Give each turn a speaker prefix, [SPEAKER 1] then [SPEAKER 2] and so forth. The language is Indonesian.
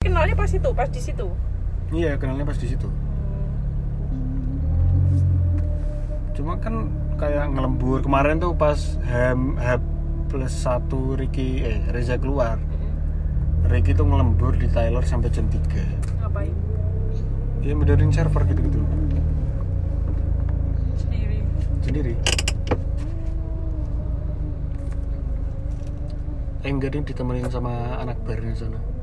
[SPEAKER 1] kenalnya pas itu pas di situ
[SPEAKER 2] Iya, kenalnya pas di situ. Cuma kan kayak ngelembur kemarin tuh pas Ham H plus satu Ricky eh Reza keluar.
[SPEAKER 1] Mm-mm.
[SPEAKER 2] Ricky tuh ngelembur di Tyler sampai jam 3
[SPEAKER 1] ngapain
[SPEAKER 2] Dia benerin server gitu-gitu
[SPEAKER 1] sendiri
[SPEAKER 2] sendiri. Eh enggak dia ditemenin sama anak barnya sana.